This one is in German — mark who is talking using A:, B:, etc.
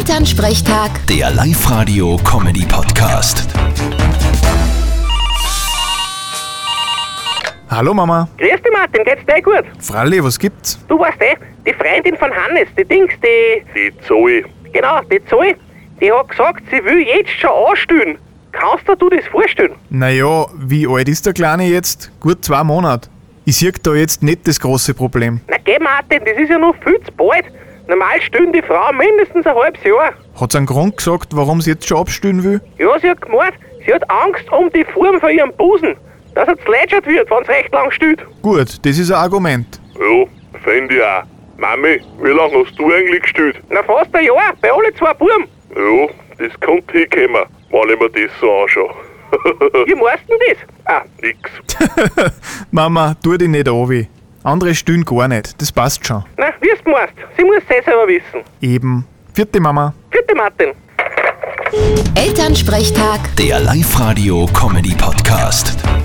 A: Elternsprechtag,
B: Der Live-Radio-Comedy-Podcast.
C: Hallo Mama.
D: Grüß dich, Martin, geht's dir gut?
C: Fralli, was gibt's?
D: Du weißt eh, die Freundin von Hannes, die Dings, die.
E: Die Zoe.
D: Genau, die Zoe, die hat gesagt, sie will jetzt schon anstehen. Kannst dir du das vorstellen?
C: Naja, wie alt ist der Kleine jetzt? Gut zwei Monate. Ich sehe da jetzt nicht das große Problem.
D: Na geh, Martin, das ist ja noch viel zu bald. Normal stillen die Frauen mindestens ein halbes Jahr.
C: Hat's einen Grund gesagt, warum sie jetzt schon abstillen will?
D: Ja, sie hat gemeint, sie hat Angst um die Form von ihrem Busen, dass er zlätschert wird, wenn's recht lang stillt.
C: Gut, das ist ein Argument.
E: Ja, fänd ich auch. Mami, wie lange hast du eigentlich gestellt?
D: Na fast ein Jahr, bei alle zwei Buben.
E: Ja, das könnte hinkommen, wenn ich mir das so anschaue.
D: Wie meinst du denn das? Ah,
E: Nix.
C: Mama, tu dich nicht an weh. Andere stillen gar nicht. Das passt schon.
D: na, wie es meinst, sie muss es eh selber wissen.
C: Eben. Vierte Mama.
D: Vierte Martin.
A: Elternsprechtag.
B: Der Live-Radio-Comedy-Podcast.